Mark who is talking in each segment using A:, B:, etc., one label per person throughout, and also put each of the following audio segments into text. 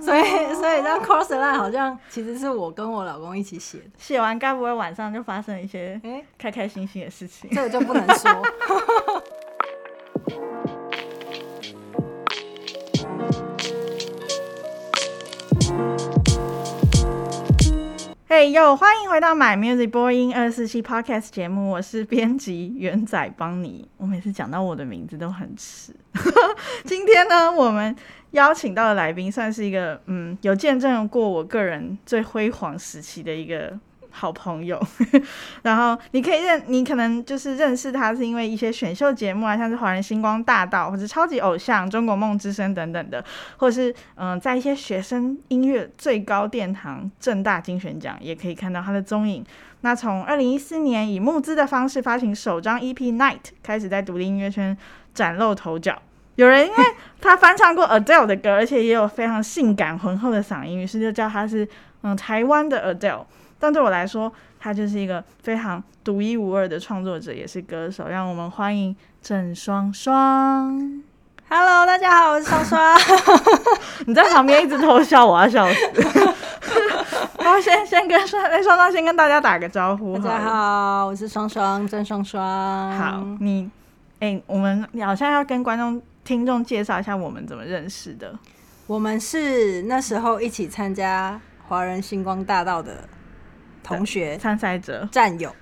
A: 所以所以这样 cross the line 好像其实是我跟我老公一起写的，
B: 写完该不会晚上就发生一些
A: 哎、
B: 开开心心的事情？
A: 这个就不能说。
B: 嘿哟，欢迎回到 My Music 播音二四七 Podcast 节目，我是编辑元仔邦尼。我每次讲到我的名字都很迟。 今天呢，我们邀请到的来宾算是一个嗯，有见证过我个人最辉煌时期的一个好朋友。 然后你可以认，你可能就是认识他是因为一些选秀节目啊，像是《华人星光大道》或者《超级偶像》《中国梦之声》等等的，或是嗯、呃在一些学生音乐最高殿堂正大金选奖也可以看到他的踪影。那从二零一四年以募资的方式发行首张 EP《Night》，开始在独立音乐圈崭露头角。有人因为他翻唱过 Adele 的歌，而且也有非常性感浑厚的嗓音，于是就叫他是嗯台湾的 Adele。但对我来说，他就是一个非常独一无二的创作者，也是歌手。让我们欢迎郑双双。
A: Hello，大家好，我是双双。
B: 你在旁边一直偷笑，我要笑 死。然后先先跟双哎双双先跟大家打个招 呼，
A: 大家。好，我是双双，郑双双。
B: 好，你哎、我们你好像要跟观众听众介绍一下我们怎么认识的。
A: 我们是那时候一起参加华人星光大道的同学
B: 参赛者，
A: 战友，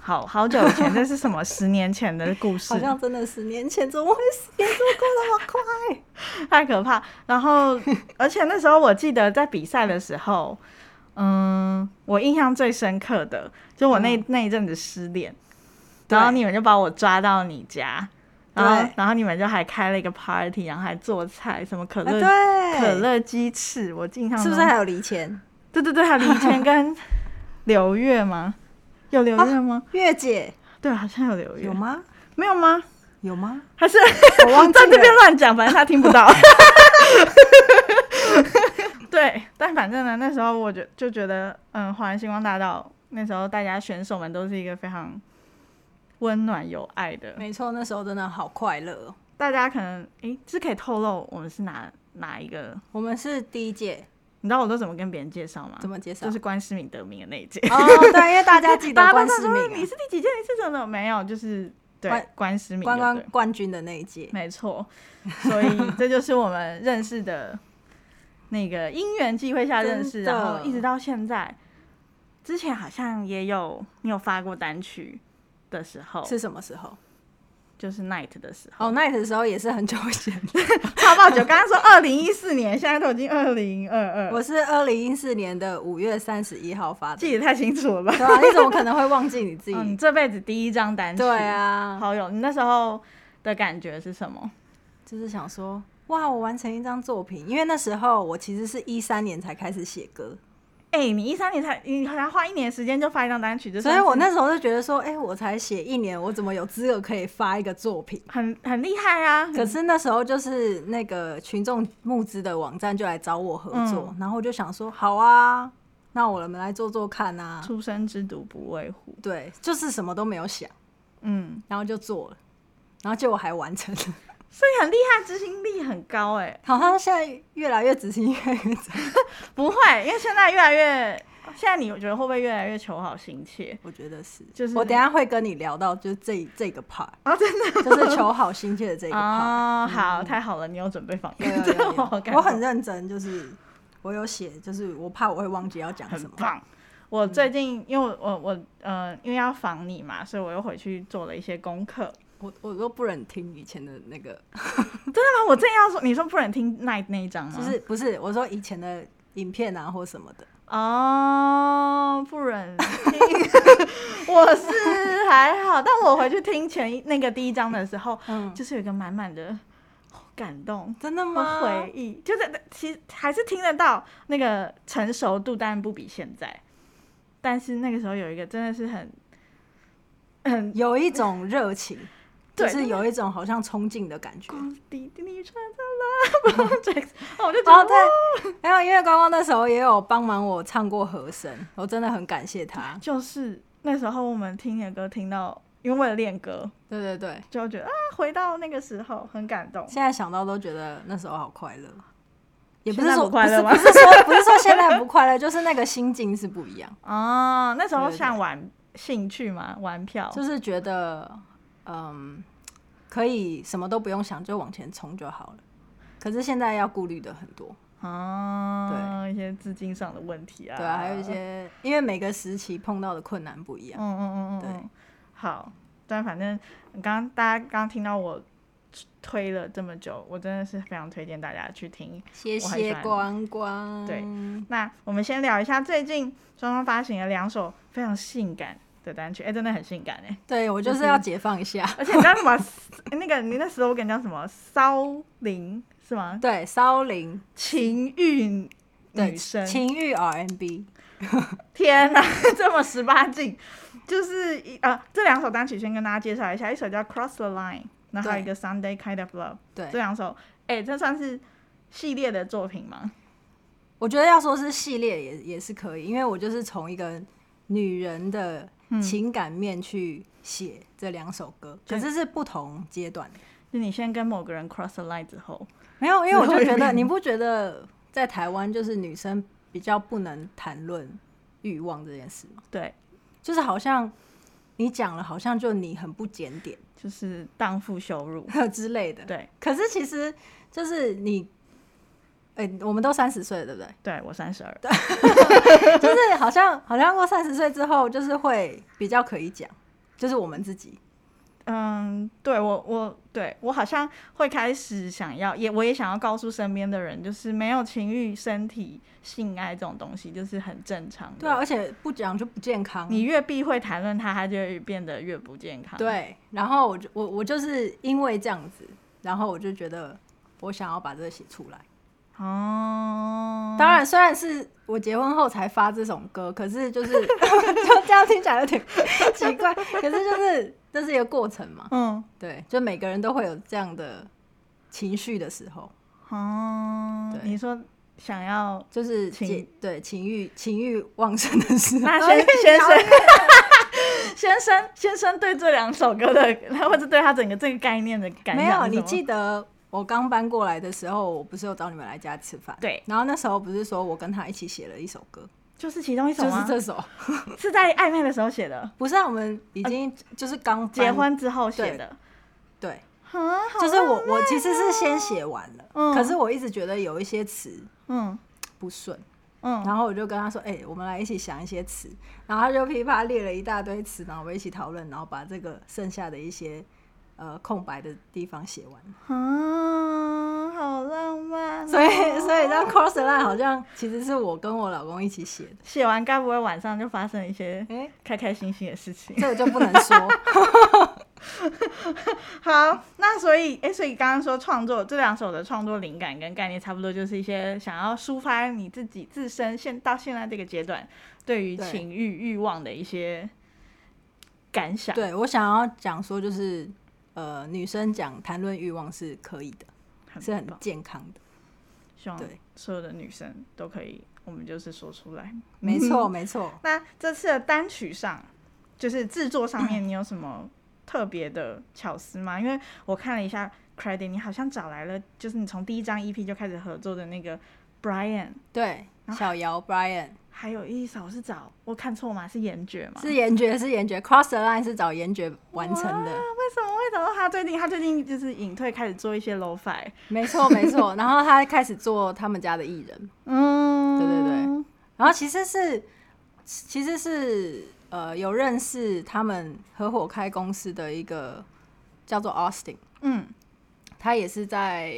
B: 好好久以前，这是什么？十年前的故事
A: 好，像真的十年前，怎么会十年这么过那么快？
B: 太可怕。然 后，而且那时候我记得在比赛的时候，嗯，我印象最深刻的就我那、那一阵子失恋，
A: 嗯对
B: 然后你们就把我抓到你家，然后
A: 对
B: 然后你们就还开了一个 party，然后还做菜，什么可
A: 啊，
B: 乐、
A: 对，
B: 可乐鸡翅，我印象
A: 是不是
B: 中
A: 还有离钱？
B: 对对对，还有李 谦跟刘月吗？有刘月吗？
A: 月姐
B: 对，好像有刘月，
A: 啊有？吗？
B: 没有吗？
A: 有吗？
B: 还是
A: 我忘记
B: 在这边
A: 了。
B: 乱讲，反正他听不到。对，但反正呢，那时候我就就觉得，嗯，华人星光大道那时候大家选手们都是一个非常温暖有爱的，
A: 没错，那时候真的好快乐哦。
B: 大家可能诶是可以透露我们是哪哪一个？
A: 我们是第一届，
B: 你知道我都怎么跟别人介绍吗？
A: 怎么介绍？
B: 就是关诗敏得名的那一届，
A: 哦，对，因为大家记得
B: 大家
A: 关啊
B: 都
A: 思
B: 说哦你
A: 敏、
B: 是第几届？你是真的没有？就是对
A: 关
B: 关诗
A: 啊，
B: 敏，
A: 关
B: 对不
A: 关
B: 对
A: 冠军的那一届。
B: 没错，所以这就是我们认识的那个因缘际会下认识，
A: 真的
B: 然后一直到现在。之前好像也有你有发过单曲的时候，
A: 是什么时候？
B: 就是 Night 的时候，
A: 哦，那的时候也是很久以 前。
B: 超爆久。刚刚说二零一四年，现在都已经二零二
A: 我
B: 二，
A: 是二零一四年的五月三十一号发的，
B: 记得太清楚了吧？
A: 对啊，你怎么可能会忘记你自己？
B: 嗯，你这辈子第一张单曲，
A: 对，啊，
B: 好友，你那时候的感觉是什么？
A: 就是想说，哇，我完成一张作品，因为那时候我其实是一三年才开始写歌，
B: 哎、你一三年才，你好像花一年时间就发一张单曲，就
A: 所以
B: 算是啊
A: 我那时候就觉得说，哎、我才写一年，我怎么有资格可以发一个作品？
B: 很很厉害啊，
A: 可是那时候就是那个群众募资的网站就来找我合作，
B: 嗯
A: 然后我就想说，好啊，那我们来做做看啊。
B: 出生之犊不畏虎。
A: 对，就是什么都没有想，
B: 嗯，
A: 然后就做了，然后结果还完成了。
B: 所以很厉害，执行力很高哎、
A: 好像现在越来越执行，越来越执行
B: 不会，因为现在越来越，现在你觉得会不会越来越求好心切？
A: 我觉得是，
B: 就是
A: 我等一下会跟你聊到，就是这这个 part
B: 啊
A: 真的就是求好心切的这个嗯 part。
B: 哦，好，太好了，你有准备访
A: 有有
B: 问，
A: 有
B: 这
A: 有
B: 我好感
A: 我
B: 动
A: 很认真，就是我有写，就是我怕我会忘记要讲什
B: 很
A: 么。
B: 棒。我最近因为我我我呃，因为要访你嘛，所以我又回去做了一些功课。
A: 我我都不忍听以前的那个
B: 那么我正要说，你说不能听那那一张吗？
A: 就是不是我说以前的影片啊或什么的，
B: 哦，不忍听。我是还好，但我回去听前一那个第一章的时候，
A: 嗯，
B: 就是有一个满满的感动
A: 真的
B: 和
A: 吗？
B: 回忆，就是其实还是听得到那个成熟度，当然不比现在，但是那个时候有一个真的是很很
A: 有一种热情，就
B: 对嗯
A: 是有一种好像冲劲的感觉。
B: 光滴滴你穿到了这个，哦，我就觉
A: 哦，
B: 得
A: 对，还有因为光光那时候也有帮忙我唱过和声，我真的很感谢他。
B: 就是那时候我们听你的歌听到，因为为了练歌，
A: 对对对，
B: 就觉得啊，回到那个时候很感动。
A: 现在想到都觉得那时候好快乐。也不
B: 现
A: 是
B: 在
A: 说
B: 不快乐吗
A: 不是不是说不是说现在不快乐，就是那个心境是不一样，
B: 哦，那时候
A: 对对对
B: 像玩兴趣嘛，玩票，
A: 就是觉得嗯，可以什么都不用想，就往前冲就好了。可是现在要顾虑的很多，
B: 哦，一些资金上的问题啊，
A: 对啊，还有一，些因为每个时期碰到的困难不一
B: 嗯
A: 样，
B: 嗯嗯嗯，嗯，好，但反正刚刚大家刚听到我推了这么久，我真的是非常推荐大家去听。
A: 谢
B: 我很喜
A: 谢
B: 欢
A: 光光，
B: 对
A: 嗯
B: 那我们先聊一下最近双方发行了两首非常性感的单曲，哎、真的很性感哎、
A: 对我就是要解放一下，
B: 而且你知道什么？ 那个你那 slogan 叫什么？骚灵是吗？
A: 对，骚灵，
B: 情欲
A: 对，
B: 女生，
A: 情欲 RMB，
B: 天哪， 这么十八禁！就是一呃，这两首单曲先跟大家介绍一下，一首叫《Cross the Line》，然后还有一个《Sunday Kind of Love》，
A: 对
B: 这两首，哎、这算是系列的作品吗？
A: 我觉得要说是系列也也是可以，因为我就是从一个女人的情感面去写这两首歌，
B: 对
A: 可是是不同阶段的。
B: 就你先跟某个人 cross the line 之后，
A: 没有，因为我就觉
B: 之
A: 得
B: 后一遍
A: 你不觉得在台湾就是女生比较不能谈论欲望这件事吗？
B: 对，
A: 就是好像你讲了，好像就你很不检点
B: 就是荡妇羞辱，
A: 之类的。
B: 对，
A: 可是其实就是你，哎、我们都三十岁了，对不对？
B: 对我三十二，
A: 就是好像好像过三十岁之后，就是会比较可以讲，就是我们自己。
B: 嗯，对我我对我好像会开始想要，也我也想要告诉身边的人，就是没有情欲、身体、性爱这种东西，就是很正常的。
A: 对啊，而且不讲就不健康。
B: 嗯
A: 啊
B: 你越避讳谈论它，它就会变得越不健康。，
A: 对，然后我就我我就是因为这样子，然后我就觉得我想要把这个写出来。
B: 哦，
A: 当然，虽然是我结婚后才发这首歌，可是就是 就这样听起来有点奇怪，可是就是这是一个过程嘛。
B: 嗯，
A: 对，就每个人都会有这样的情绪的时候，
B: 哦，
A: 对
B: 你说想要
A: 就是解
B: 情
A: 对情欲情欲旺盛的时候。
B: 那先先生。先生，先生对这两首歌的，或者对他整个这个概念的感
A: 没有，
B: 想是什么，
A: 你记得我刚搬过来的时候，我不是有找你们来家吃饭？
B: 对
A: 然后那时候不是说我跟他一起写了一首歌，
B: 就是其中一首
A: 就是
B: 吗？
A: 这首，
B: 是在暧昧的时候写的，
A: 不是啊我们已经就是刚搬
B: 结，婚之后写的，
A: 对，
B: 啊，好
A: 就是我
B: 浪漫
A: 我其实是先写完了，
B: 哦嗯
A: 可是我一直觉得有一些词
B: 嗯
A: 不顺，
B: 嗯，
A: 然后我就跟他说，哎、我们来一起想一些词，然后他就噼啪列了一大堆词，然后我们一起讨论，然后把这个剩下的一些呃空白的地方写完，
B: 啊，好浪漫哦、
A: 所以所以让 cross the line 好像其实是我跟我老公一起写的。
B: 写完该不会晚上就发生一些
A: 哎、
B: 开开心心的事情？
A: 这个就不能 说。
B: 好，那所以哎、所以刚刚说创作这两首的创作灵感跟概念差不多，就是一些想要抒发你自己自身现到现在这个阶段对于
A: 对
B: 情欲欲望的一些感想。
A: 对我想要讲说，就是呃，女生讲谈论欲望是可以的，
B: 很
A: 是很
B: 棒
A: 健康的。
B: 希望
A: 对
B: 所有的女生都可以，我们就是说出来。
A: 没错，没 错。
B: 那这次的单曲上，就是制作上面，你有什么特别的巧思吗？因为我看了一下 credit，你好像找来了，就是你从第一张 EP 就开始合作的那个 Brian，
A: 对，
B: 然后
A: 小姚 Brian
B: 还有一首是找我看错吗？是严爵吗？
A: 是严爵，是严爵，Cross the Line 是找严爵完成
B: 哇
A: 的。
B: 为什么会找到他？最近他最近就是隐退，开始做一些 low fi。
A: 没错，没错。然后他开始做他们家的艺人，
B: 嗯
A: 对对对。然后其实是其实是呃有认识他们合伙开公司的一个叫做 Austin，
B: 嗯
A: 他也是在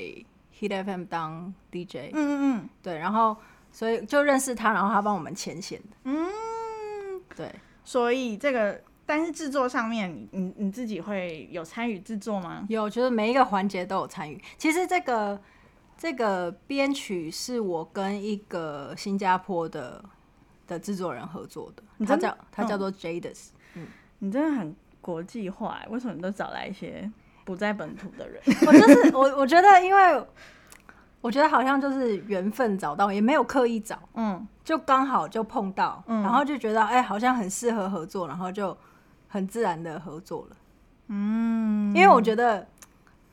A: Hit FM 当 DJ，
B: 嗯嗯
A: 对，然后所以就认识他，然后他帮我们牵线的。
B: 嗯嗯，
A: 对，
B: 所以这个，但是制作上面，你你你自己会有参与制作吗？
A: 有就是每一个环节都有参与。其实这个这个编曲是我跟一个新加坡的的制作人合作的，
B: 你
A: 他
B: 真
A: 叫他
B: 嗯
A: 叫做 Jadis。
B: 你真的很国际化欸，为什么你都找来一些不在本土的人？
A: 我就是我，我觉得因为我觉得好像就是缘分找到，也没有刻意找，
B: 嗯，
A: 就刚好就碰到，
B: 嗯
A: 然后就觉得哎、好像很适合合作，然后就很自然的合作了。嗯，因为我觉得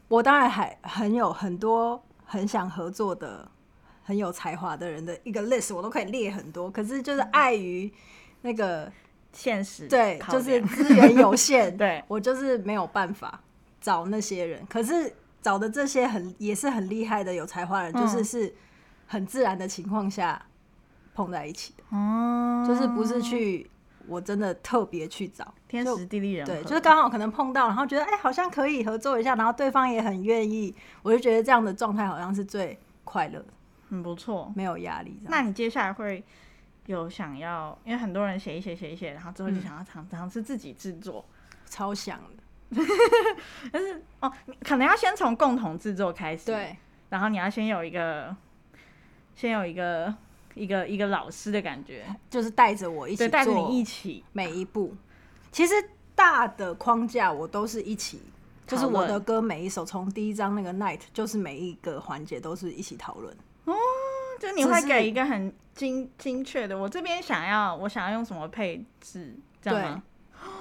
A: 我当然还很有很多很想合作的、很有才华的人的一个 list，我都可以列很多，可是就是碍于那个
B: 现实
A: 对，
B: 考
A: 就是
B: 量
A: 资源有限，
B: 对
A: 我就是没有办法找那些人。可是找的这些很也是很厉害的有才华的人，就是
B: 嗯
A: 是很自然的情况下碰在一起的，
B: 哦，
A: 就是不是去我真的特别去找
B: 天
A: 就
B: 时地利人和，
A: 对，就是刚好可能碰到，然后觉得哎、好像可以合作一下，然后对方也很愿意，我就觉得这样的状态好像是最快乐的，
B: 很嗯不错。
A: 没有压力这样。
B: 那你接下来会有想要，因为很多人写一写写一写，然后之后就
A: 嗯
B: 想要尝尝试自己制作，
A: 超想的，
B: 但是哦，你可能要先从共同制作开始，，
A: 对
B: 然后你要先有一个，先有一个一个一个老师的感觉，
A: 就是带着我一起
B: 对，带着
A: 做
B: 你一起，
A: 每一步。其实大的框架我都是一起，就是
B: 讨
A: 我
B: 论
A: 的歌每一首从第一张那个 Night，就是每一个环节都是一起讨论。
B: 就你
A: 只
B: 会
A: 嗯是
B: 给一个很精精确的，我这边想要我想要用什么配置，这样吗？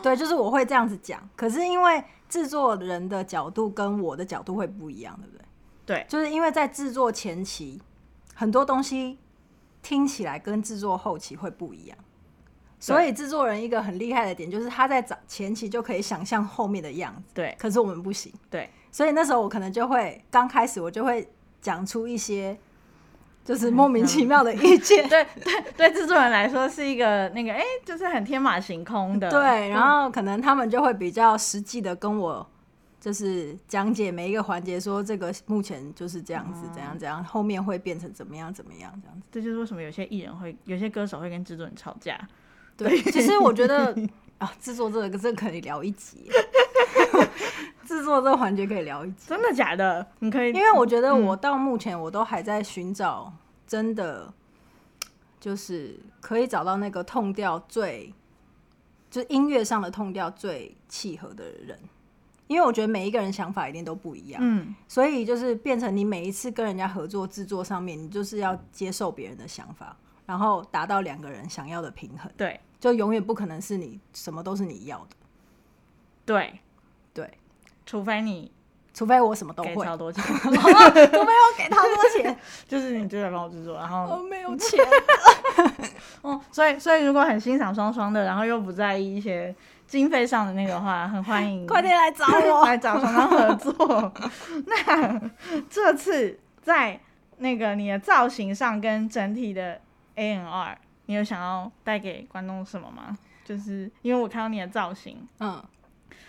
A: 对，就是我会这样子讲。可是因为制作人的角度跟我的角度会不一样，对不对？
B: 对
A: 就是因为在制作前期，很多东西听起来跟制作后期会不一样。所以制作人一个很厉害的点就是他在早前期就可以想象后面的样子，
B: 对
A: 可是我们不行。
B: 对，
A: 所以那时候我可能就会刚开始我就会讲出一些就是莫名其妙的意见，
B: 对对对，制作人来说是一个那个哎、就是很天马行空的，
A: 对，然后可能他们就会比较实际的跟我就是讲解每一个环节，说这个目前就是这样子，怎样怎样，后面会变成怎么样怎么样这样子。
B: 这就是为什么有些艺人会，有些歌手会跟制作人吵架。
A: 对，其实我觉得啊，制作这个这个可以聊一集耶， 制作这个环节可以聊一集。
B: 真的假的？你可以，
A: 因为我觉得
B: 嗯
A: 我到目前我都还在寻找真的，就是可以找到那个痛调最，就是音乐上的痛调最契合的人。因为我觉得每一个人想法一定都不一样，
B: 嗯，
A: 所以就是变成你每一次跟人家合作制作上面，你就是要接受别人的想法，然后达到两个人想要的平衡，
B: 对
A: 就永远不可能是你什么都是你要的，
B: 对，
A: 对，
B: 除非你
A: 除非我什么都
B: 给
A: 会，
B: 超多钱，
A: 除非我给他多钱，
B: 就是你就来帮我制作，然
A: 我
B: 后，
A: 没有钱，
B: 哦，所以所以如果很欣赏双双的，然后又不在意一些经费上的那个话，很欢 迎
A: 快点来找我，
B: 来找双双合作。 那这次在那个你的造型上跟整体的 A N R，你有想要带给观众什么吗？就是因为我看到你的造型，
A: 嗯，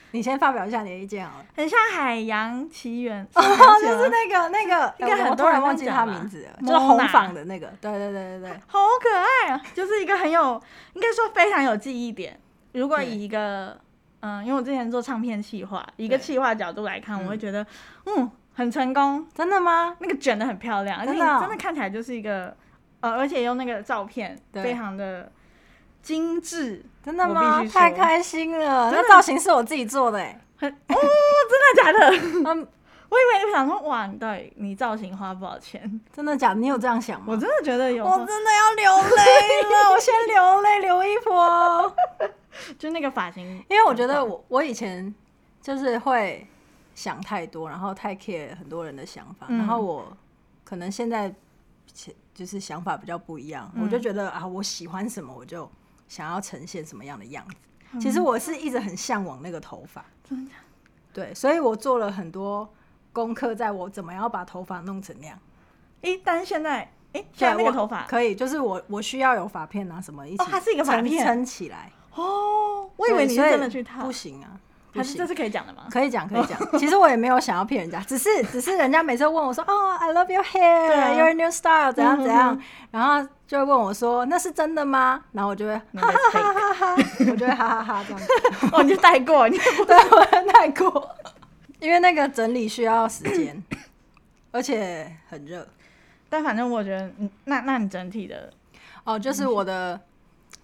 A: 你先发表一下你的意见好了。
B: 很像《海洋奇 缘》
A: 哦，就是那个那个，
B: 应该
A: 哎我
B: 很多
A: 突然
B: 人
A: 忘
B: 在
A: 记
B: 讲
A: 他
B: 吧
A: 名字了，就
B: Mona
A: 是红坊的那个。对对对对对，
B: 好可爱啊！就是一个很有，应该说非常有记忆点。如果
A: 对
B: 以一个，嗯，因为我之前做唱片企划，以一个
A: 对
B: 企划角度来看，我会
A: 嗯
B: 觉得，嗯，很成功，
A: 真的吗？
B: 那个卷的很漂亮，而且
A: 真
B: 你
A: 的哦
B: 真的看起来就是一个，呃，而且用那个照片
A: 对
B: 非常的精致，
A: 真的
B: 我
A: 吗
B: 必？须说
A: 太开心了，
B: 真
A: 那
B: 的
A: 造型是我自己做的 哎。
B: 哦真的假的？
A: 嗯，
B: 我以为你想说，哇，你到底你造型花不少钱？
A: 真的假的？你有这样想
B: 我
A: 吗？
B: 真的觉得有，
A: 我真的要流泪 了，我先流泪流哦一波，
B: 就那个发型，
A: 因为我觉得我我以前就是会想太多，然后太 care 很多人的想法，
B: 嗯
A: 然后我可能现在就是想法比较不一样，我就
B: 嗯
A: 觉得啊，我喜欢什么我就想要呈现什么样的样子。
B: 嗯
A: 其实我是一直很向往那个头发，
B: 真的假
A: 对，所以我做了很多功课，在我怎么样把头发弄成那样。
B: 的，诶，但是现在，诶，现在那
A: 对
B: 个
A: 我
B: 头发，
A: 可以，就是我我需要有发片啊什么一起，
B: 哦它是一个发
A: 撑
B: 片
A: 撑起来。
B: 哦，我以为
A: 对
B: 你是
A: 所以
B: 真的去烫
A: 不，行啊，不
B: 还是这
A: 行。
B: 是可以 讲的吗？
A: 可以讲，可以讲。其实我也没有想要骗人家，只是 只是人家每次问我说：“哦，I love your
B: 啊
A: hair，you're a new style，怎样
B: 嗯
A: 怎样。”然后就会问我说：“那是真的吗？”然后我就 会
B: 那个 fake
A: 哈哈，我就会哈哈哈这样 子。
B: 哦，你就 带 过，你
A: 对，我很难过，因为那个整理需要时 间，而且很热。
B: 但反正我觉得，嗯，那那你整体的，
A: 哦，
B: 嗯
A: 就是我的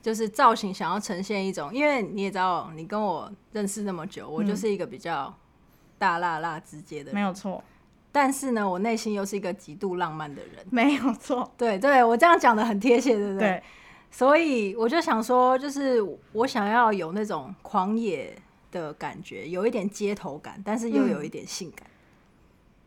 A: 就是造型想要呈现一种，因为你也知道，你跟我认识那么久，我
B: 嗯
A: 就是一个比较大辣辣直接的
B: 没
A: 人，
B: 有错，
A: 但是呢，我内心又是一个极度浪漫的人。
B: 没有错，
A: 对对，我这样讲的很贴切，对不对？
B: 对，
A: 所以我就想说，就是我想要有那种狂野的感觉，有一点街头感，但是又有一点性感。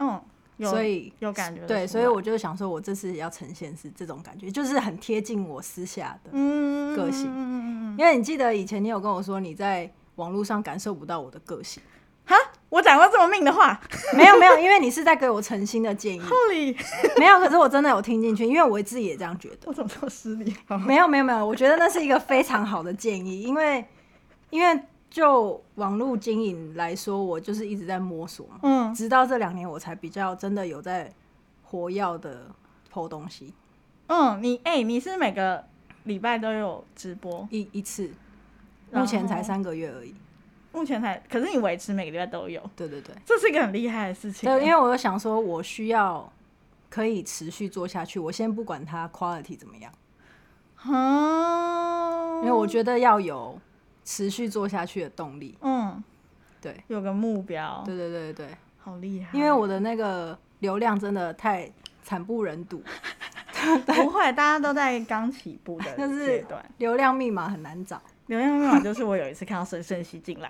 B: 嗯，有
A: 所以
B: 有感觉得出
A: 对，
B: 来
A: 所以我就想说，我这次要呈现是这种感觉，就是很贴近我私下的。
B: 嗯
A: 个性
B: 嗯嗯嗯嗯嗯，
A: 因为你记得以前你有跟我说你在网络上感受不到我的个性，
B: 哈，我讲过这么命的话
A: 没有没有，因为你是在给我诚心的建议，
B: ，Holy，
A: 没有。可是我真的有听进去，因为我自己也这样觉得。
B: 我怎么这么失礼？啊好
A: 没有没有没有，我觉得那是一个非常好的建议， 因为因为就网络经营来说，我就是一直在摸索嘛，
B: 嗯，
A: 直到这两年我才比较真的有在活药的剖东西
B: 嗯，你哎、你是每个礼拜都有直播，
A: 一一次，目
B: 然后
A: 前才三个月而已。
B: 目前才，可是你维持每个礼拜都有，
A: 对对对，
B: 这是一个很厉害的事情。欸
A: 对，因为我就想说，我需要可以持续做下去，我先不管它 quality 怎么样，
B: 啊，
A: 因为我觉得要有持续做下去的动力。
B: 嗯，
A: 对，
B: 有个目标，
A: 对对对对对。
B: 好厉害。
A: 因为我的那个流量真的太惨不忍睹，
B: 不会，大家都在刚起步 的
A: 就是
B: 阶段。
A: 流量密码很难找。
B: 流量密码就是我有一次看到孙胜熙进来，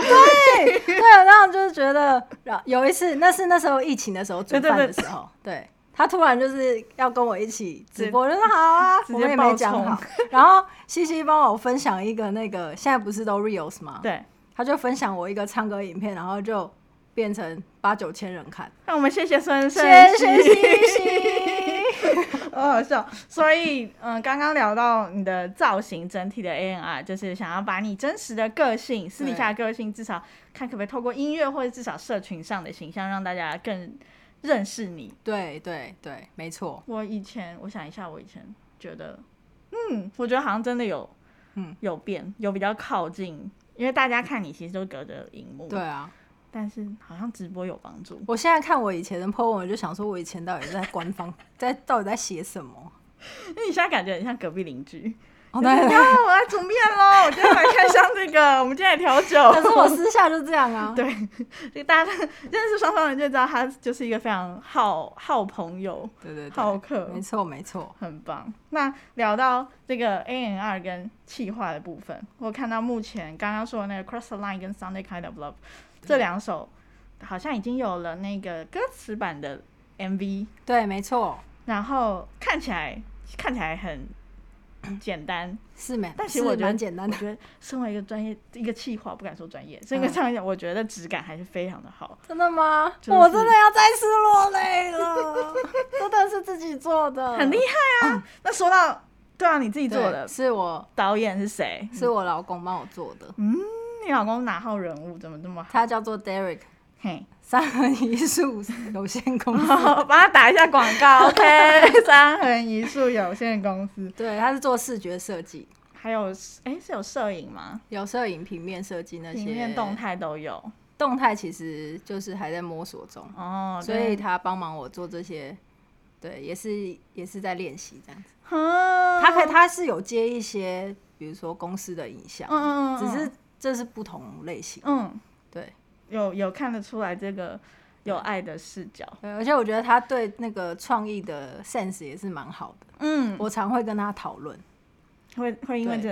A: 对，然后就是觉得，然后有一次，那是那时候疫情的时候，煮
B: 对对
A: 饭
B: 对
A: 的时候，对。他突然就是要跟我一起直播，我就说好啊，
B: 直
A: 我
B: 接
A: 们也
B: 爆
A: 没讲好。然后西西帮我分享一个那个，现在不是都 reels 吗？
B: 对，
A: 他就分享我一个唱歌影片，然后就变成八九千人看，
B: 那我们谢谢孙胜
A: 谢
B: 熙，
A: 谢西西。
B: 好好笑。所以，嗯、刚刚聊到你的造型整体的 A N R，就是想要把你真实的个性、私底下的个性，至少看可不可以透过音乐或者至少社群上的形象，让大家更认识你。
A: 对对对，没错。
B: 我以前，我想一下，我以前觉得，嗯，我觉得好像真的有，
A: 嗯，
B: 有变，有比较靠近，因为大家看你其实都隔着荧幕，
A: 对，啊，
B: 但是好像直播有帮助。
A: 我现在看我以前的 po 文，我就想说，我以前到底在官方在到底在写什么？
B: 因为你现在感觉很像隔壁邻居，
A: 哦，
B: 就是
A: 对，
B: 啊，我来煮面 喽，我今天来开箱这个，我们今天来调
A: 可是
B: 酒。
A: 我私下就这样啊。
B: 对，就大家认识双方的人就知道，他就是一个非常好好朋友、
A: 对对
B: 好
A: 对，
B: 客，
A: 没错没错。
B: 很棒。那聊到这个 A N R 跟企划的部分，我看到目前刚刚说的那个 Cross the Line 跟 Sunday Kind of Love 这两首，好像已经有了那个歌词版的 M V，
A: 对，没错，
B: 然后看起来看起来很简单，
A: 是没，
B: 但其
A: 是
B: 实我觉得
A: 蛮简单
B: 我
A: 的。
B: 觉得身为一个专业一个企划，不敢说专业，这个上面我觉得质感还是非常的好。
A: 真的吗？
B: 就是
A: 我真的要再次落泪了， 真的是自己做的，
B: 很厉害啊！那说到对啊，你自己
A: 害
B: 做的
A: 是我
B: 导演是谁？
A: 是我老公帮我做的，
B: 你老公哪号人物？怎么这么好？
A: 他叫做 Derek
B: 嘿，
A: 三合一术有限公司，
B: 帮他打一下广 告，OK？三横一竖有限公司，
A: 对，他是做视觉设计，
B: 还有哎、是有摄影吗？
A: 有摄影、平面设计那些
B: 平面动态都有
A: 动态其实就是还在摸索中，
B: 哦，
A: 所以
B: 对
A: 他帮忙我做这些，对，也是也是在练习这样子。
B: 哼
A: 他可以他是有接一些，比如说公司的影像，
B: 嗯嗯嗯嗯
A: 只是这是不同类型，
B: 嗯，
A: 对
B: 有有看得出来这个有爱的视角，
A: 对，而且我觉得他对那个创意的 sense 也是蛮好的，
B: 嗯，
A: 我常会跟他讨论，
B: 会会因为
A: 对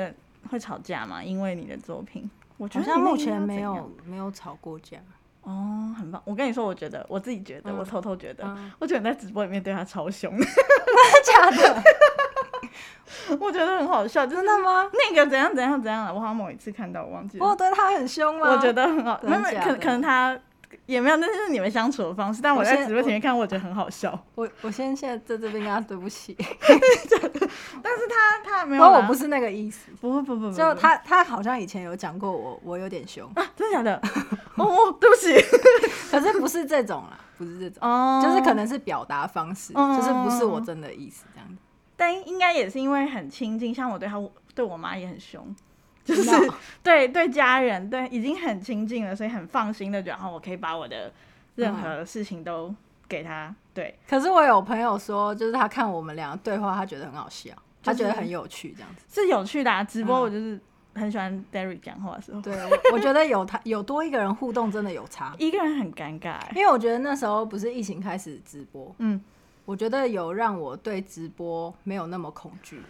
B: 这会吵架吗？因为你的作品，我觉
A: 好
B: 得
A: 像
B: 你那
A: 目
B: 应该
A: 前
B: 要
A: 没
B: 怎
A: 有
B: 样
A: 没有吵过 架，
B: 哦，很棒。我跟你说，我觉得我自己觉得，
A: 嗯
B: 我偷偷觉得，
A: 嗯
B: 我觉得你在直播里面对他超凶，
A: 假的，
B: 我觉得很好笑，就是
A: 真的吗？
B: 那个怎样怎样怎样了。我好像某一次看到，我忘记
A: 我有
B: 了。
A: 对他很凶吗？
B: 我觉得很好，
A: 真
B: 没
A: 的
B: 有没有
A: 假
B: 可
A: 的
B: 可能他也没有，那就是你们相处的方式。但我
A: 我
B: 在
A: 现
B: 直播
A: 我
B: 前面看，我觉得很好笑。
A: 我我先现在在这边跟他对不起，
B: 但是他他没
A: 不
B: 有
A: 过
B: 啦，
A: 我不是那个意思。
B: 不会不不不，
A: 就
B: 不
A: 他，他好像以前有讲过我，我有点凶，
B: 啊，真的 假的？哦哦，对不起，
A: 可是不是这种啦，不是这种，
B: 哦
A: 就是可能是表达方式，
B: 嗯
A: 就是不是我真的意思这样子。
B: 但应该也是因为很亲近，像我对他，我对我妈也很凶，就
A: 真
B: 是
A: 的哦
B: 对对家人，对已经很亲近了，所以很放心的，然后我可以把我的任何
A: 嗯
B: 事情都给他。对，
A: 可是我有朋友说，就是他看我们俩的对话，他觉得很好笑，他觉得很有趣这样 子。
B: 是有趣的、啊。直播
A: 嗯
B: 我就是很喜欢 Derry 讲话的时候，
A: 对，我我觉得有他有多一个人互动真的有差，
B: 一个人很尴尬、欸。
A: 因为我觉得那时候不是疫情开始直播，
B: 嗯，
A: 我觉得有让我对直播没有那么恐惧，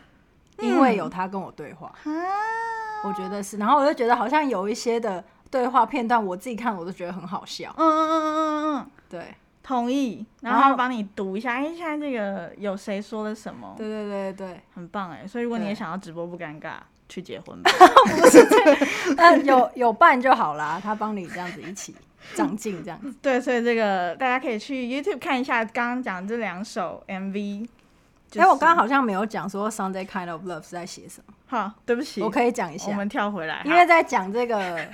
A: 因为
B: 嗯
A: 有他跟我对话。
B: 啊，
A: 我觉得是，然后我就觉得好像有一些的对话片段，我自己看我都觉得很好笑
B: 嗯。嗯嗯嗯嗯嗯，
A: 对，
B: 同意，然
A: 然
B: 后他
A: 后
B: 帮你读一下，哎，现在这个有谁说了什么，
A: 对对对对
B: 很棒哎。所以如果你也
A: 对
B: 想要直播不尴尬，去结婚吧。
A: 对，但有有伴就好啦，他帮你这样子一起长进这样 子。
B: 对，所以这个大家可以去 YouTube 看一下刚刚讲的这两首 MV。
A: 哎、我刚刚好像没有讲说《Sunday Kind of Love》是在写什么，
B: 好，对不起，
A: 我可以讲一
B: 我
A: 下，
B: 们跳回来，
A: 因为在讲这个，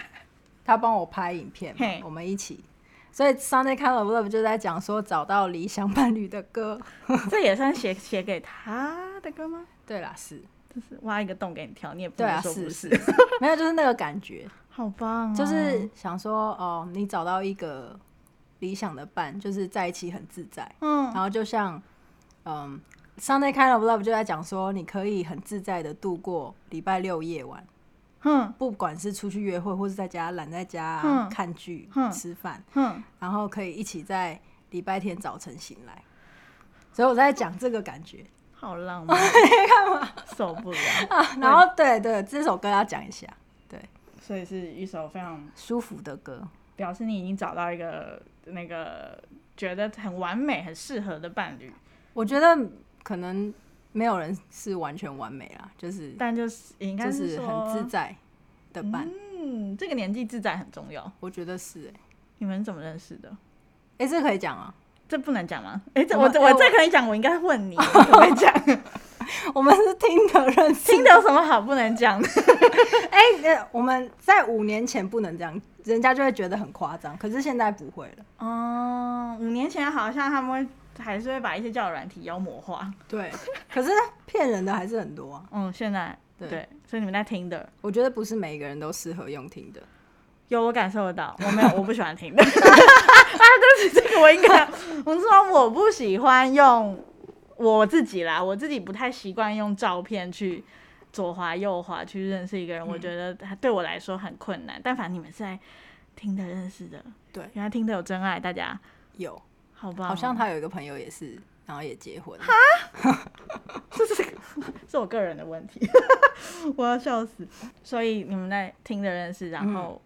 A: 他帮我拍影片嘛
B: 嘿，
A: 我们一起。所以《Sunday Kind of Love》就在讲说找到理想伴侣的歌。
B: 好 这也算写写给他的歌吗？
A: 对啦，是，
B: 就是挖一个洞给你跳，你也不
A: 对
B: 能
A: 啊，
B: 说不
A: 是
B: 是，
A: 是，是 没有，就是那个感觉，
B: 好棒、哦，
A: 就是想说，哦，你找到一个理想的伴，就是在一起很自在。
B: 嗯
A: 然后就像，嗯，《Sunday Kind of Love》就在讲说，你可以很自在的度过礼拜六夜晚，
B: 哼
A: 不管是出去约会，或是在家懒在家、
B: 嗯
A: 看剧、
B: 嗯
A: 吃饭，
B: 哼，
A: 然后可以一起在礼拜天早晨醒来。所以我在讲这个感觉，
B: 好浪 漫，干嘛受不了？
A: 啊然后对对，这首歌要讲一下，
B: 所以是一首非常
A: 舒服的歌，
B: 表示你已经找到一个那个觉得很完美、很适合的伴侣，
A: 我觉得可能没有人是完全完美啦，就是
B: 但嗯就是应该
A: 就是是很自
B: 说，
A: 在的伴，
B: 嗯，这个年纪自在很重要。
A: 我觉得是哎、
B: 你们怎么认识的？
A: 欸，哎、这可以讲啊，
B: 这不能讲吗？哎、这
A: 我
B: 我这
A: 哎
B: 我
A: 我
B: 这可以讲，我应该问你，可不可以 讲？
A: 我们是听的认识的
B: 听的有什么好不能讲的？
A: 哎、呃我们在五年前不能这样，人家就会觉得很夸张。可是现在不会了。
B: 哦，五年前好像他们会还是会把一些交友软体妖魔化。
A: 对，可是骗人的还是很多啊。
B: 嗯，现在
A: 对
B: 所以你们在听的。
A: 我觉得不是每一个人都适合用听的。
B: 有，我感受得到。我没有，我不喜欢听的。啊， 对不起，这个我应该，我是说我不喜欢用我自己啦，我自己不太习惯用照片去左滑右滑去认识一个人，我觉得对我来说很困难。但反正你们是在听的认识的，
A: 对
B: 原来听的有真爱，大家
A: 有，
B: 好棒哦、
A: 好像他有一个朋友也是，然后也结婚了。
B: 这是是我个人的问题， 我要笑死。所以你们在听的认识，
A: 嗯
B: 然后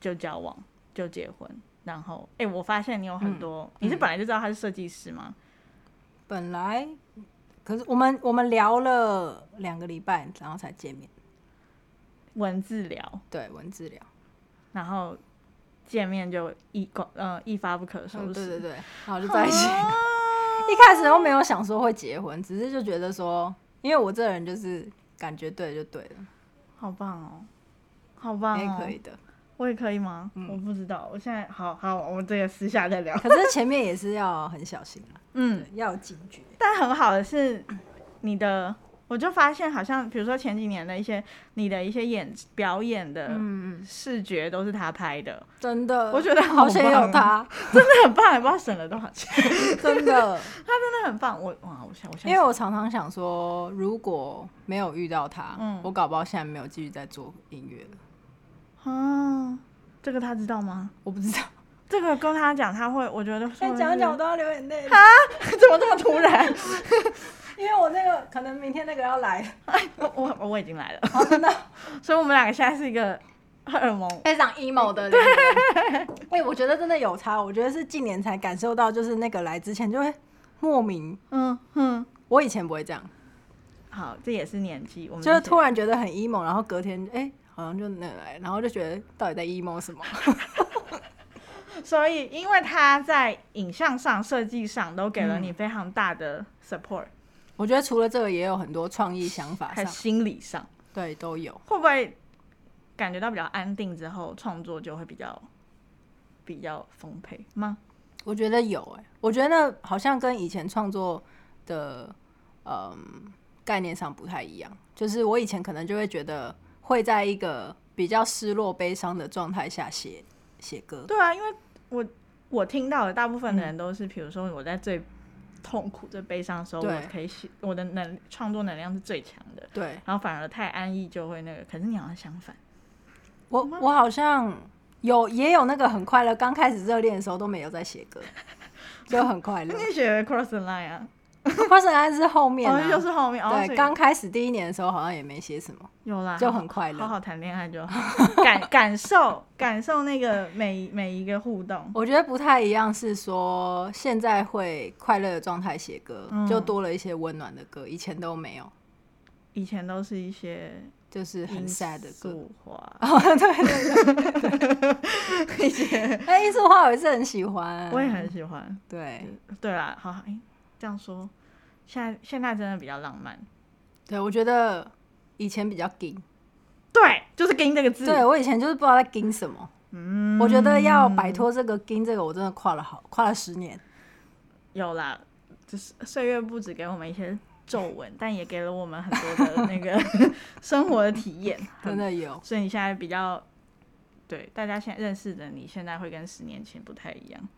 B: 就交往，就结婚，然后哎、我发现你有很多，
A: 嗯
B: 你是本来就知道他是设计师吗？
A: 本来，可是我们我们聊了两个礼拜，然后才见面。
B: 文字聊，
A: 对，文字聊。
B: 然后见面就一公呃一发不可收拾，
A: 嗯，对对对，
B: 对，
A: 然后就在一起。
B: 啊
A: 一开始都没有想说会结婚，只是就觉得说，因为我这人就是感觉对就对了，
B: 好棒哦，好棒
A: 也、
B: 哦，
A: 可以，嗯的。
B: 我也可以吗？我不知道，我现在好好，我们这个私下再聊。
A: 可是前面也是要很小心啊，
B: 嗯
A: 对，，要有警觉。
B: 但很好的是，你的我就发现，好像比如说前几年的一些你的一些演表演的
A: 嗯，
B: 视觉都是他拍的，
A: 真的，
B: 我觉得好
A: 好险
B: 棒
A: 有他，
B: 真的很棒，也不知道省了多少钱，
A: 真的。
B: 真的很棒。我哇，我想我想，
A: 因为我常常想说，如果没有遇到他，
B: 嗯
A: 我搞不好现在没有继续在做音乐了。
B: 啊，这个他知道吗？
A: 我不知道，
B: 这个跟他讲，他会，我觉得说
A: 但
B: 是
A: 哎讲一讲我都要流眼 泪了，
B: 怎么这么 突然？
A: 因为我那个可能明天那个要来，
B: 我我我已经来了，
A: 哦真的
B: 所以我们两个现在是一个荷尔蒙
A: 非常 emo 的人。 哎、我觉得真的有差，我觉得是近年才感受到，就是那个来之前就会莫名，
B: 嗯哼，
A: 我以前不会这样，
B: 好，这也是年纪，我们
A: 就是
B: 这
A: 突然觉得很 emo，然后隔天哎、好像就那个来，然后就觉得到底在 emo 什么？
B: 所以，因为他在影像上、设计上都给了
A: 嗯
B: 你非常大的 support，、
A: 我觉得除了这个，也有很多创意想法
B: 还有
A: 上，
B: 心理上，
A: 对，都有。
B: 会不会感觉到比较安定之后，创作就会比较比较丰沛吗？
A: 我觉得有哎、我觉得好像跟以前创作的嗯概念上不太一样。就是我以前可能就会觉得会在一个比较失落、悲伤的状态下写写歌，
B: 对啊，因为我我听到的大部分的
A: 嗯
B: 人都是，比如说我在最痛苦、最悲伤的时候，
A: 对
B: 我可以写我的能创作能量是最强的，
A: 对
B: 然后反而太安逸就会那个。可是你好像相反，
A: 我我好像有也有那个很快乐，刚开始热恋的时候都没有在写歌，就很快乐
B: 你。也写 cross the line 啊，
A: 花神案是后面、啊
B: 哦，又是后面，哦所
A: 对，
B: 以
A: 刚开始第一年的时候好像也没写什么，
B: 有啦，
A: 就很快
B: 好
A: 乐。
B: 好谈恋爱就好， 感感受感受那个每每一个互动，
A: 我觉得不太一样，是说现在会快乐的状态写歌，
B: 嗯
A: 就多了一些温暖的歌，以前都没有，
B: 以前都是一些
A: 就是很 sad 的 歌。
B: 素花，
A: 哦，对对哎对，
B: 一些
A: 那罂粟花我也是很喜欢，
B: 我也很喜欢。
A: 对
B: 对啦，好，哎、这样说，现在现在真的比较浪漫。
A: 对，我觉得以前比较紧，
B: 对，就是“跟”这个字。
A: 对我以前就是不知道在紧什么。
B: 嗯
A: 我觉得要摆脱这个盯这个，我真的跨了好跨了十年。
B: 有啦，就是岁月不止给我们一些皱纹，但也给了我们很多的那个 生活的体验。
A: 真的有，
B: 所以你现在比较，对大家现在认识的你，现在会跟十年前不太一样。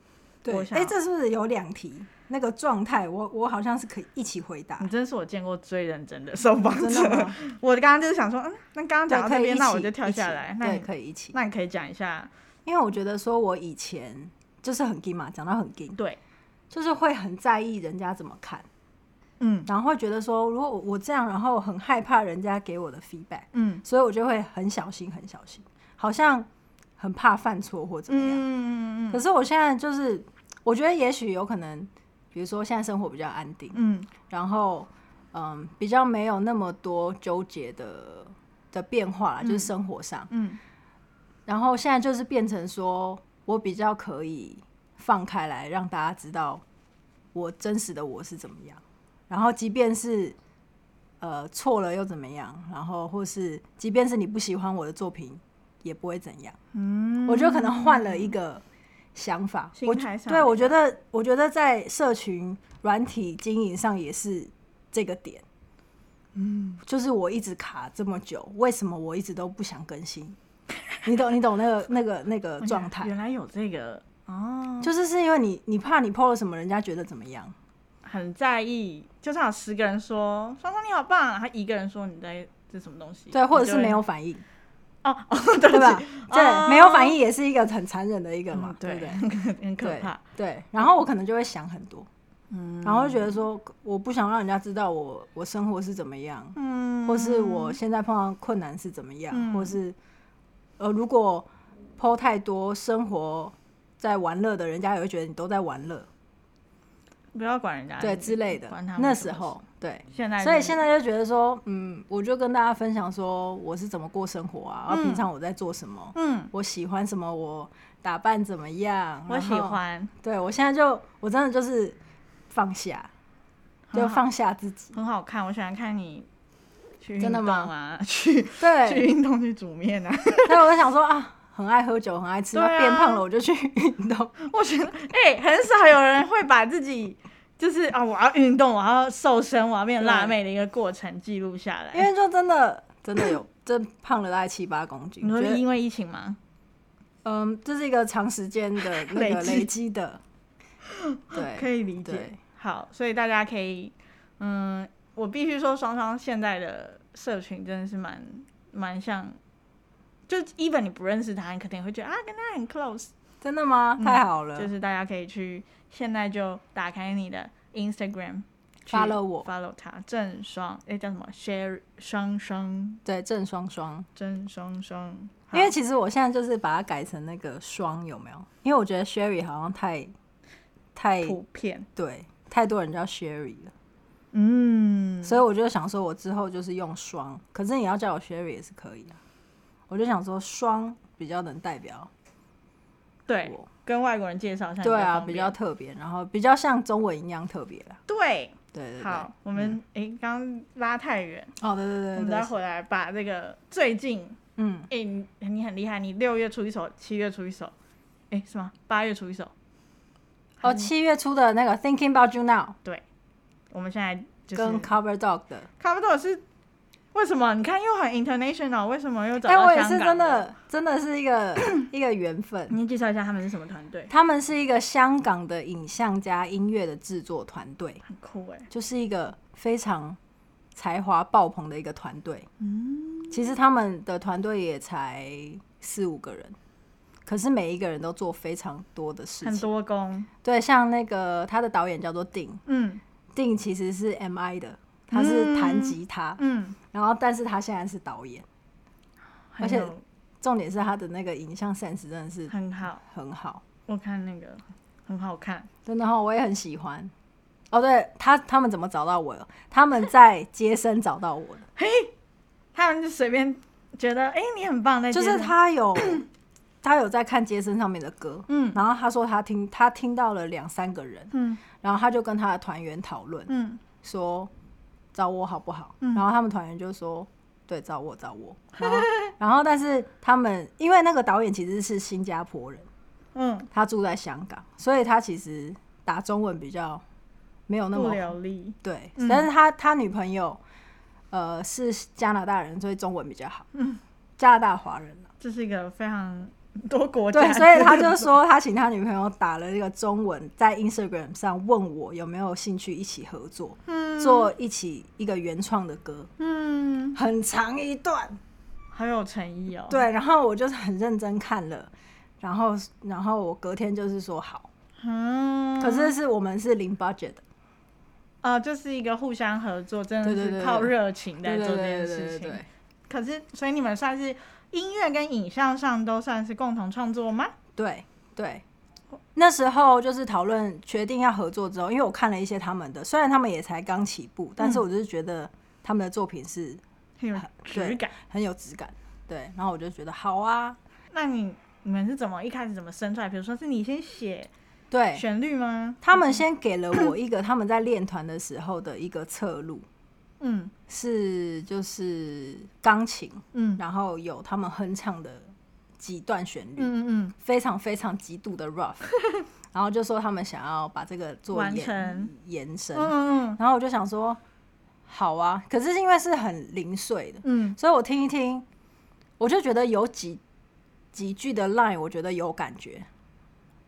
A: 对
B: 我，想
A: 哎、这是不是有两题？那个状态，我我好像是可以一起回答
B: 你，真是我见过最认真的受访
A: 真
B: 者
A: 的。 吗？
B: 我刚刚就是想说，嗯，那刚刚讲到
A: 对
B: 这
A: 可以一
B: 边，
A: 起，
B: 那我就跳
A: 一
B: 下
A: 起
B: 来。那
A: 对，
B: 你
A: 可以一起。
B: 那你可以讲一下，
A: 因为我觉得说，我以前就是很紧嘛，讲到很紧，
B: 对，
A: 就是会很在意人家怎么看，
B: 嗯
A: 然后会觉得说，如果我我这样，然后很害怕人家给我的 feedback，
B: 嗯
A: 所以我就会很小心，很小心，好像很怕犯错或怎么样。
B: 嗯嗯
A: 可是我现在就是，我觉得也许有可能，比如说现在生活比较安定，
B: 嗯
A: 然后嗯，比较没有那么多纠结的的变化啦，就是生活上。
B: 嗯
A: 然后现在就是变成说我比较可以放开来，让大家知道我真实的我是怎么样。然后即便是呃错了又怎么样？然后或是即便是你不喜欢我的作品，也不会怎样。
B: 嗯，
A: 我就可能换了一个想法。
B: 心
A: 我
B: 态上
A: 对
B: 面
A: 我觉得，我觉得在社群软体经营上也是这个点。嗯，就是我一直卡这么久，为什么我一直都不想更新？ 你懂，你懂那个那个那个状态，
B: 原来有这个哦，
A: 就是是因为你你怕你 PO 了什么，人家觉得怎么样？
B: 很在意。就算有十个人说双双你好棒，啊他一个人说你在这什么东西，
A: 对，或者
B: 你
A: 是
B: 就会
A: 没有反应，
B: 哦 哦，对
A: 对
B: 不
A: 吧
B: 起，？哦
A: 对，没有反应也是一个很残忍的一个嘛
B: 嗯，
A: 对不对？
B: 很可怕。
A: 对。对，然后我可能就会想很多，
B: 嗯
A: 然后就觉得说，我不想让人家知道我我生活是怎么样，
B: 嗯
A: 或是我现在碰到困难是怎么样，
B: 嗯
A: 或是呃，如果剖太多生活在玩乐的，人家也会觉得你都在玩乐，
B: 不要管人家，
A: 对之类的
B: 管哎他。们
A: 那
B: 什
A: 时
B: 么
A: 候对，
B: 事，现在
A: 所以
B: 就是
A: 现在就觉得说，嗯，我就跟大家分享说我是怎么过生活啊，然后
B: 嗯
A: 平常我在做什么，
B: 嗯，
A: 我喜欢什么，我打扮怎么样，
B: 我
A: 然
B: 喜
A: 后，
B: 欢，
A: 对我现在就我真的就是放下，就
B: 很好
A: 放下自己，
B: 很好看，我喜欢看你去
A: 真的
B: 运动啊， 去
A: 对，
B: 去运动去煮面啊，
A: 所以我就想说啊，很爱喝酒，很爱吃，
B: 对啊
A: 那变胖了我就去运动。
B: 我觉得，哎、很少有人会把自己就是啊，我要运动，我要瘦身，我要变辣妹的一个过程记录下
A: 因
B: 来。
A: 为就真的真的有，真胖了大概七八公斤。
B: 你
A: 我
B: 说
A: 觉
B: 是
A: 得
B: 因为疫情吗？
A: 嗯，这是一个长时间 的那
B: 累
A: 个
B: 积
A: 累积 的，
B: 可
A: 对
B: 以理解
A: 对。
B: 好，所以大家可以，嗯，我必须说，双双现在的社群真的是蛮蛮像，就 even 你不认识他，你肯定会觉得啊，跟他很 close。
A: 真的吗？太好了
B: 嗯就，是大家可以去，现在就打开你的 Instagram。
A: follow 我
B: ，follow 他，郑爽，哎、叫什么？share 双双
A: 对郑双双。
B: 真双双，
A: 因为其实我现在就是把它改成那个双，有没有？因为我觉得 Sherry 好像太太
B: 好普遍，
A: 对，太多人叫 Sherry 了，
B: 嗯，
A: 所以我就想说，我之后就是用双。可是你要叫我 Sherry 也是可以啊。我就想说，双比较能代表
B: 对，
A: 我，
B: 跟外国人介绍一下，
A: 对啊，
B: 比
A: 比
B: 较
A: 较
B: 方便
A: 特别，然后比较像中文一样特别啦。
B: 对。
A: 对对对，
B: 好，嗯我们哎，诶刚、拉太远，
A: 哦，对对
B: 我
A: 对
B: 们
A: 对
B: 再
A: 对，
B: 回来把这个最近，
A: 嗯，
B: 哎、你你很厉害，你六月出一首，七月出一首，哎、是吗？八月出一首，嗯
A: 哦，七月初的那个 Thinking About You Now
B: 我们现在就是
A: 跟 Cover Dog 的，
B: 差不多是为什么？你看又很 international，为什么又找
A: 哎，
B: 到
A: 我也
B: 香
A: 是
B: 港
A: 真，的，真的是一个一个缘分。
B: 你介绍一下他们是什么团队？
A: 他们是一个香港的影像加音乐的制作团队，
B: 很酷哎、
A: 就是一个非常才华爆棚的一个团队。嗯，其实他们的团队也才四五个人，可是每一个人都做非常多的事
B: 很
A: 情。
B: 多功，
A: 对，像那个他的导演叫做定，
B: 嗯，
A: 定其实是 M I 的，他是弹吉他，
B: 嗯，
A: 然后但是他现在是导演，
B: 很
A: 而且
B: 有
A: 重点是他的那个影像 sense 真的是
B: 很好，
A: 很好，
B: 我看那个很好看，
A: 真的哈、我也很喜欢。哦，对他他们怎么找到我的？他们在接生找到我的，
B: 他们就随便觉得，哎、你很棒，那
A: 就是，他有 他有在看接生上面的歌，
B: 嗯
A: 然后他说他听他听到了两三个人，
B: 嗯
A: 然后他就跟他的团员讨论
B: 嗯，
A: 说找我好不好？
B: 嗯
A: 然后他们团员就说对，找我找 我。然后然后但是他们因为那个导演其实是新加坡人，
B: 嗯，
A: 他住在香港，所以他其实打中文比较没有那
B: 不
A: 么
B: 流利，
A: 对，
B: 嗯
A: 但是他他女朋友呃是加拿大人，所以中文比较好，
B: 嗯，
A: 加拿大华人啊
B: 这是一个非常多国家，
A: 对，所以他 就说他请他女朋友打了一个中文，在 Instagram 上问我有没有兴趣一起合作，
B: 嗯
A: 做一起一个原创的歌，
B: 嗯，
A: 很长一段。
B: 好有诚意哦，，
A: 对，然后我就是很认真看了，然后然后我隔天就是说好，
B: 嗯，
A: 可是是我们是零 budget 的，
B: 呃，就是一个互相合作，真的
A: 对对对
B: 是
A: 对
B: 靠热情在
A: 对
B: 做
A: 对对
B: 这件
A: 对对
B: 事情。
A: 对。
B: 可是，所以你们算是音乐跟影像上都算是共同创作吗？
A: 对对，那时候就是讨论决定要合作之后，因为我看了一些他们的，虽然他们也才刚起步，但是
B: 嗯
A: 我就是觉得他们的作品是
B: 很有质
A: 啊对
B: 感。
A: 很有质感，对，然后我就觉得好啊，
B: 那你你们是怎么一开始怎么生出来？比如说是你先写
A: 对。
B: 旋律吗？
A: 他们先给了我一个他们在练团的时候的一个侧录，
B: 嗯
A: 是就是钢琴，
B: 嗯
A: 然后有他们哼唱的几段旋律，
B: 嗯嗯
A: 非常非常极度的 rough，然后就说他们想要把这个做
B: 完
A: 延
B: 成
A: 延
B: 嗯
A: 伸，
B: 嗯
A: 然后我就想说，好啊，可是因为是很零碎的，
B: 嗯
A: 所以我听一听，我就觉得有几几句的 line 我觉得有感觉，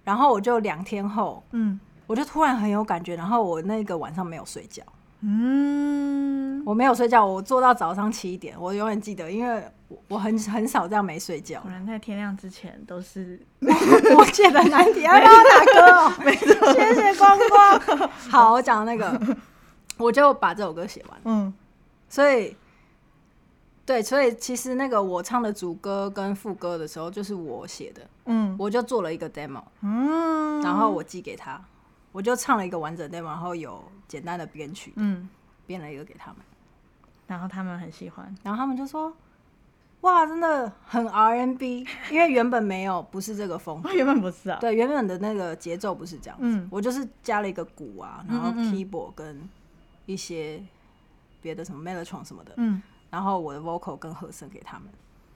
A: 然后我就两天后，
B: 嗯
A: 我就突然很有感觉，然后我那个晚上没有睡觉，
B: 嗯，
A: 我没有睡觉，我做到早上七点，我永远记得，因为我我很很少这样没睡觉
B: 果，然在天亮之前都是
A: 我写的难题，要不要打歌哦？没错，谢谢光光。 好，我讲那个，我就把这首歌写完。
B: 嗯
A: 所以，对，所以其实那个我唱的主歌跟副歌的时候，就是我写的，
B: 嗯
A: 我就做了一个 demo，
B: 嗯，
A: 然后我寄给他，我就唱了一个完整 demo，然后有简单的编曲，
B: 嗯，
A: 编了一个给他们，
B: 然后他们很喜欢，
A: 然后他们就说。哇，真的很 R&B，因为原本没有，不是这个风格
B: 哦，。原本不是啊，
A: 对，原本的那个节奏不是这样子，
B: 嗯
A: 我就是加了一个鼓啊，然后
B: 嗯嗯嗯
A: keyboard 跟一些别的什么 mellotron 什么的，
B: 嗯
A: 然后我的 vocal 跟和声给他们，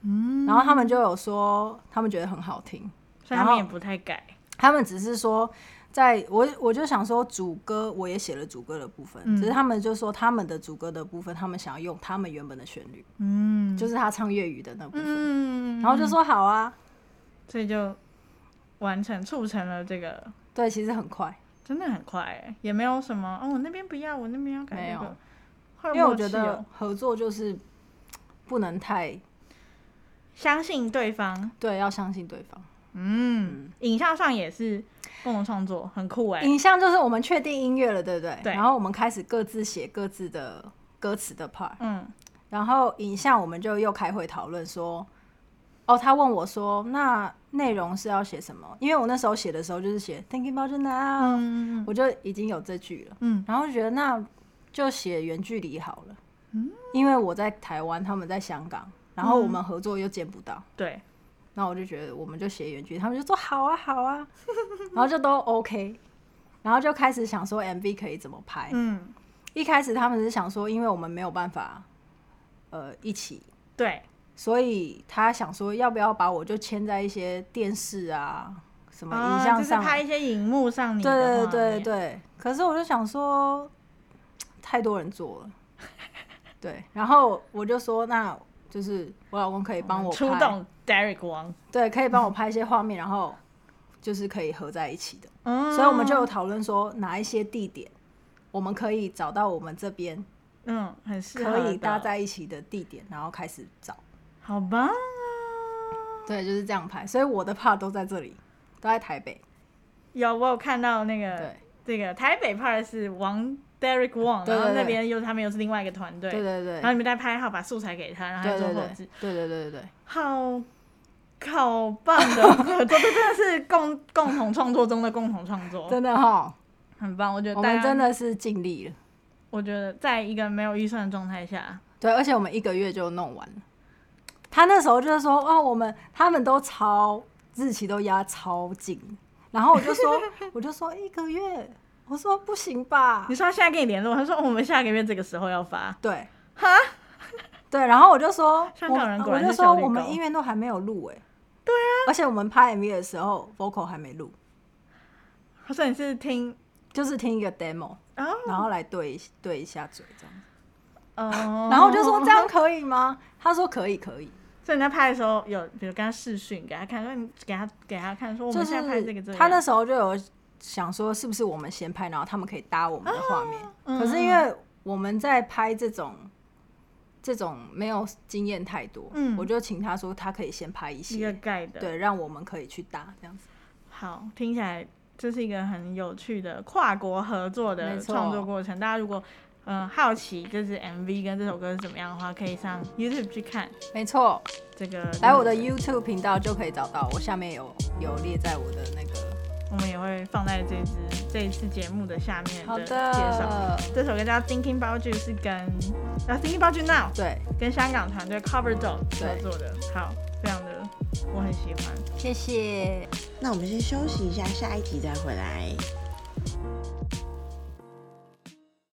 B: 嗯，
A: 然后他们就有说他们觉得很好听，
B: 所以他
A: 然后
B: 们也不太改，
A: 他们只是说在我我就想说主歌我也写了主歌的部分，
B: 嗯
A: 只是他们就说他们的主歌的部分，他们想要用他们原本的旋律，
B: 嗯，
A: 就是他唱粤语的那部分，
B: 嗯，
A: 然后就说好啊，
B: 所以就完成促成了这个，
A: 对，其实很快，
B: 真的很快、欸，也没有什么哦，我那边不要，我那边要改
A: 没
B: 这
A: 有
B: 个，会有
A: 因为我
B: 默
A: 觉
B: 契
A: 得
B: 哦
A: 合作就是不能太
B: 相信对方，
A: 对，要相信对方。
B: 嗯，影像上也是共同创作，很酷哎、
A: 影像就是我们确定音乐了，对不对？
B: 对
A: 然后我们开始各自写各自的歌词的 part，
B: 嗯
A: 然后影像我们就又开会讨论说，哦，他问我说，那内容是要写什么？因为我那时候写的时候就是写 thinking about you now，、
B: 嗯
A: 我就已经有这句了，
B: 嗯
A: 然后就觉得那就写远距离好了，因为我在台湾，他们在香港，然后我们合作又见不到。
B: 对，
A: 然后我就觉得我们就写原剧，他们就说好啊好啊， 然后就都 OK，然后就开始想说 MV 可以怎么拍。
B: 嗯
A: 一开始他们是想说，因为我们没有办法呃一起，
B: 对，
A: 所以他想说要不要把我就签在一些电视啊什么影
B: 啊
A: 像
B: 就是
A: 上，
B: 拍一些荧幕上你的
A: 对对
B: 画
A: 对
B: 面，
A: 对。可是我就想说，太多人做了，对。然后我就说，那就是我老公可以帮我
B: 出
A: 拍
B: 动 Derek 王，
A: 对，可以帮我拍一些画面，然后就是可以合在一起的。
B: 嗯，
A: 所以我们就有讨论说，哪一些地点我们可以找到我们这边
B: 嗯很适合
A: 可以
B: 的
A: 搭，在一起的地点，然后开始找。
B: 好棒啊！
A: 对，就是这样拍。所以我的 part 都在这里，都在台北。
B: 有我有看到那个
A: 对
B: 这个台北 part 是王 Derek Wong，
A: 对
B: 然后
A: 对对
B: 那边又他们又是另外一个团队，
A: 对对对
B: 然后你们再拍好，把素材给他，然后他
A: 对
B: 做
A: 对
B: 后
A: 对
B: 置，
A: 对对对对
B: 好好棒的合作，这真的是共共同创作中的共同创
A: 对，
B: 作，
A: 真的哈，
B: 很棒。我觉得
A: 我
B: 哦大
A: 们
B: 家
A: 真，的是尽力了。
B: 我觉得在一个没有预算的状态下，
A: 对，而且我们一个月就弄完了。他那时候就是说，哦，我们他们都超日期都压超紧，然后我就 说，我就说一个月，我说不行吧
B: 你，说他现在跟你联络，他说、哦我们下个月这个时候要发，
A: 对，对，然后我就说，
B: 香港人
A: 我
B: 果
A: 我
B: 然
A: 就是
B: 小
A: 说
B: 绿
A: 我们
B: 狗
A: 音乐都还没有录哎、对啊，而且我们拍 MV 的时候，vocal 还没录，
B: 他说你是听
A: 就是听一个 demo，
B: 哦
A: 然后来对一对一下嘴这样子，
B: 哦，
A: 然后我就说这样可以吗？他说可以可以，
B: 所以你在拍的时候有，比如跟他视讯，给他看，说你给他给他看，说我
A: 就
B: 们
A: 是
B: 现在拍这个这个。
A: 他那时候就有想说，是不是我们先拍，然后他们可以搭我们的画面？
B: 嗯
A: 可是因为我们在拍这种这种没有经验太多，
B: 嗯
A: 我就请他说他可以先拍一
B: 一个
A: 些，
B: 盖的，，
A: 对，让我们可以去搭这样子。
B: 好，听起来这是一个很有趣的跨国合作的
A: 没错
B: 创作过程。大家如果嗯、呃好奇这支 MV 跟这首歌是怎么样的话，可以上 YouTube 去看
A: 没错，
B: 这个。
A: 来我的 YouTube 频道就可以找到，我下面有有列在我的那个。
B: 我们也会放在这支这一次节目的下面
A: 好
B: 的介绍。
A: 的，
B: 这首歌叫《Thinking About You》，是跟啊《Thinking About You Now》
A: 对，
B: 跟香港团队 Cover Dog 合
A: 对
B: 作的，好，非常的我很喜欢。
A: 谢谢。
C: 那我们先休息一下，下一集再回来。